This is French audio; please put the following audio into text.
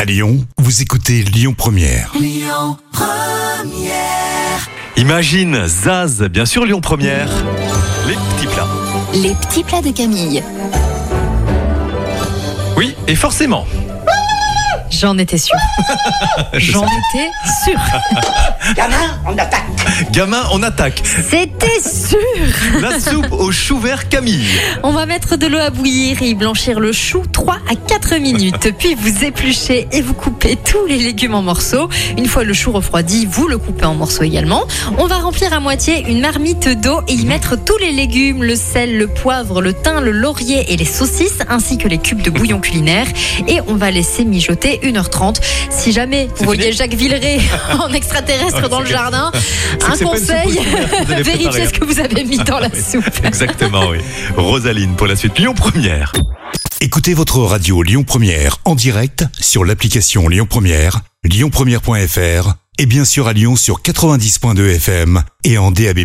À Lyon, vous écoutez Lyon Première. Imagine, Zaz, bien sûr Lyon Première. Les petits plats. Les petits plats de Camille. Oui, et forcément. J'en étais sûre. J'en étais sûre. Gamin, on attaque. C'était sûr. La soupe au chou vert Camille. On va mettre de l'eau à bouillir et y blanchir le chou 3 à 4 minutes. Puis vous épluchez et vous coupez tous les légumes en morceaux. Une fois le chou refroidi, vous le coupez en morceaux également. On va remplir à moitié une marmite d'eau et Mhm. y mettre tous les légumes, le sel, le poivre, le thym, le laurier et les saucisses, ainsi que les cubes de bouillon culinaire. Et on va laisser mijoter 1h30. Si jamais vous voyez fini Jacques Villeray en extraterrestre Ouais, dans le c'est- jardin, c'est que un c'est pas une soupe conseil, au chou vert que vous avez préparée, vérifiez hein. ce que vous avez mis dans la Oui. soupe. Exactement, oui. Rosaline pour la suite. Lyon Première. Écoutez votre radio Lyon Première en direct sur l'application Lyon Première, lyonpremière.fr et bien sûr à Lyon sur 90.2 FM et en DAB+.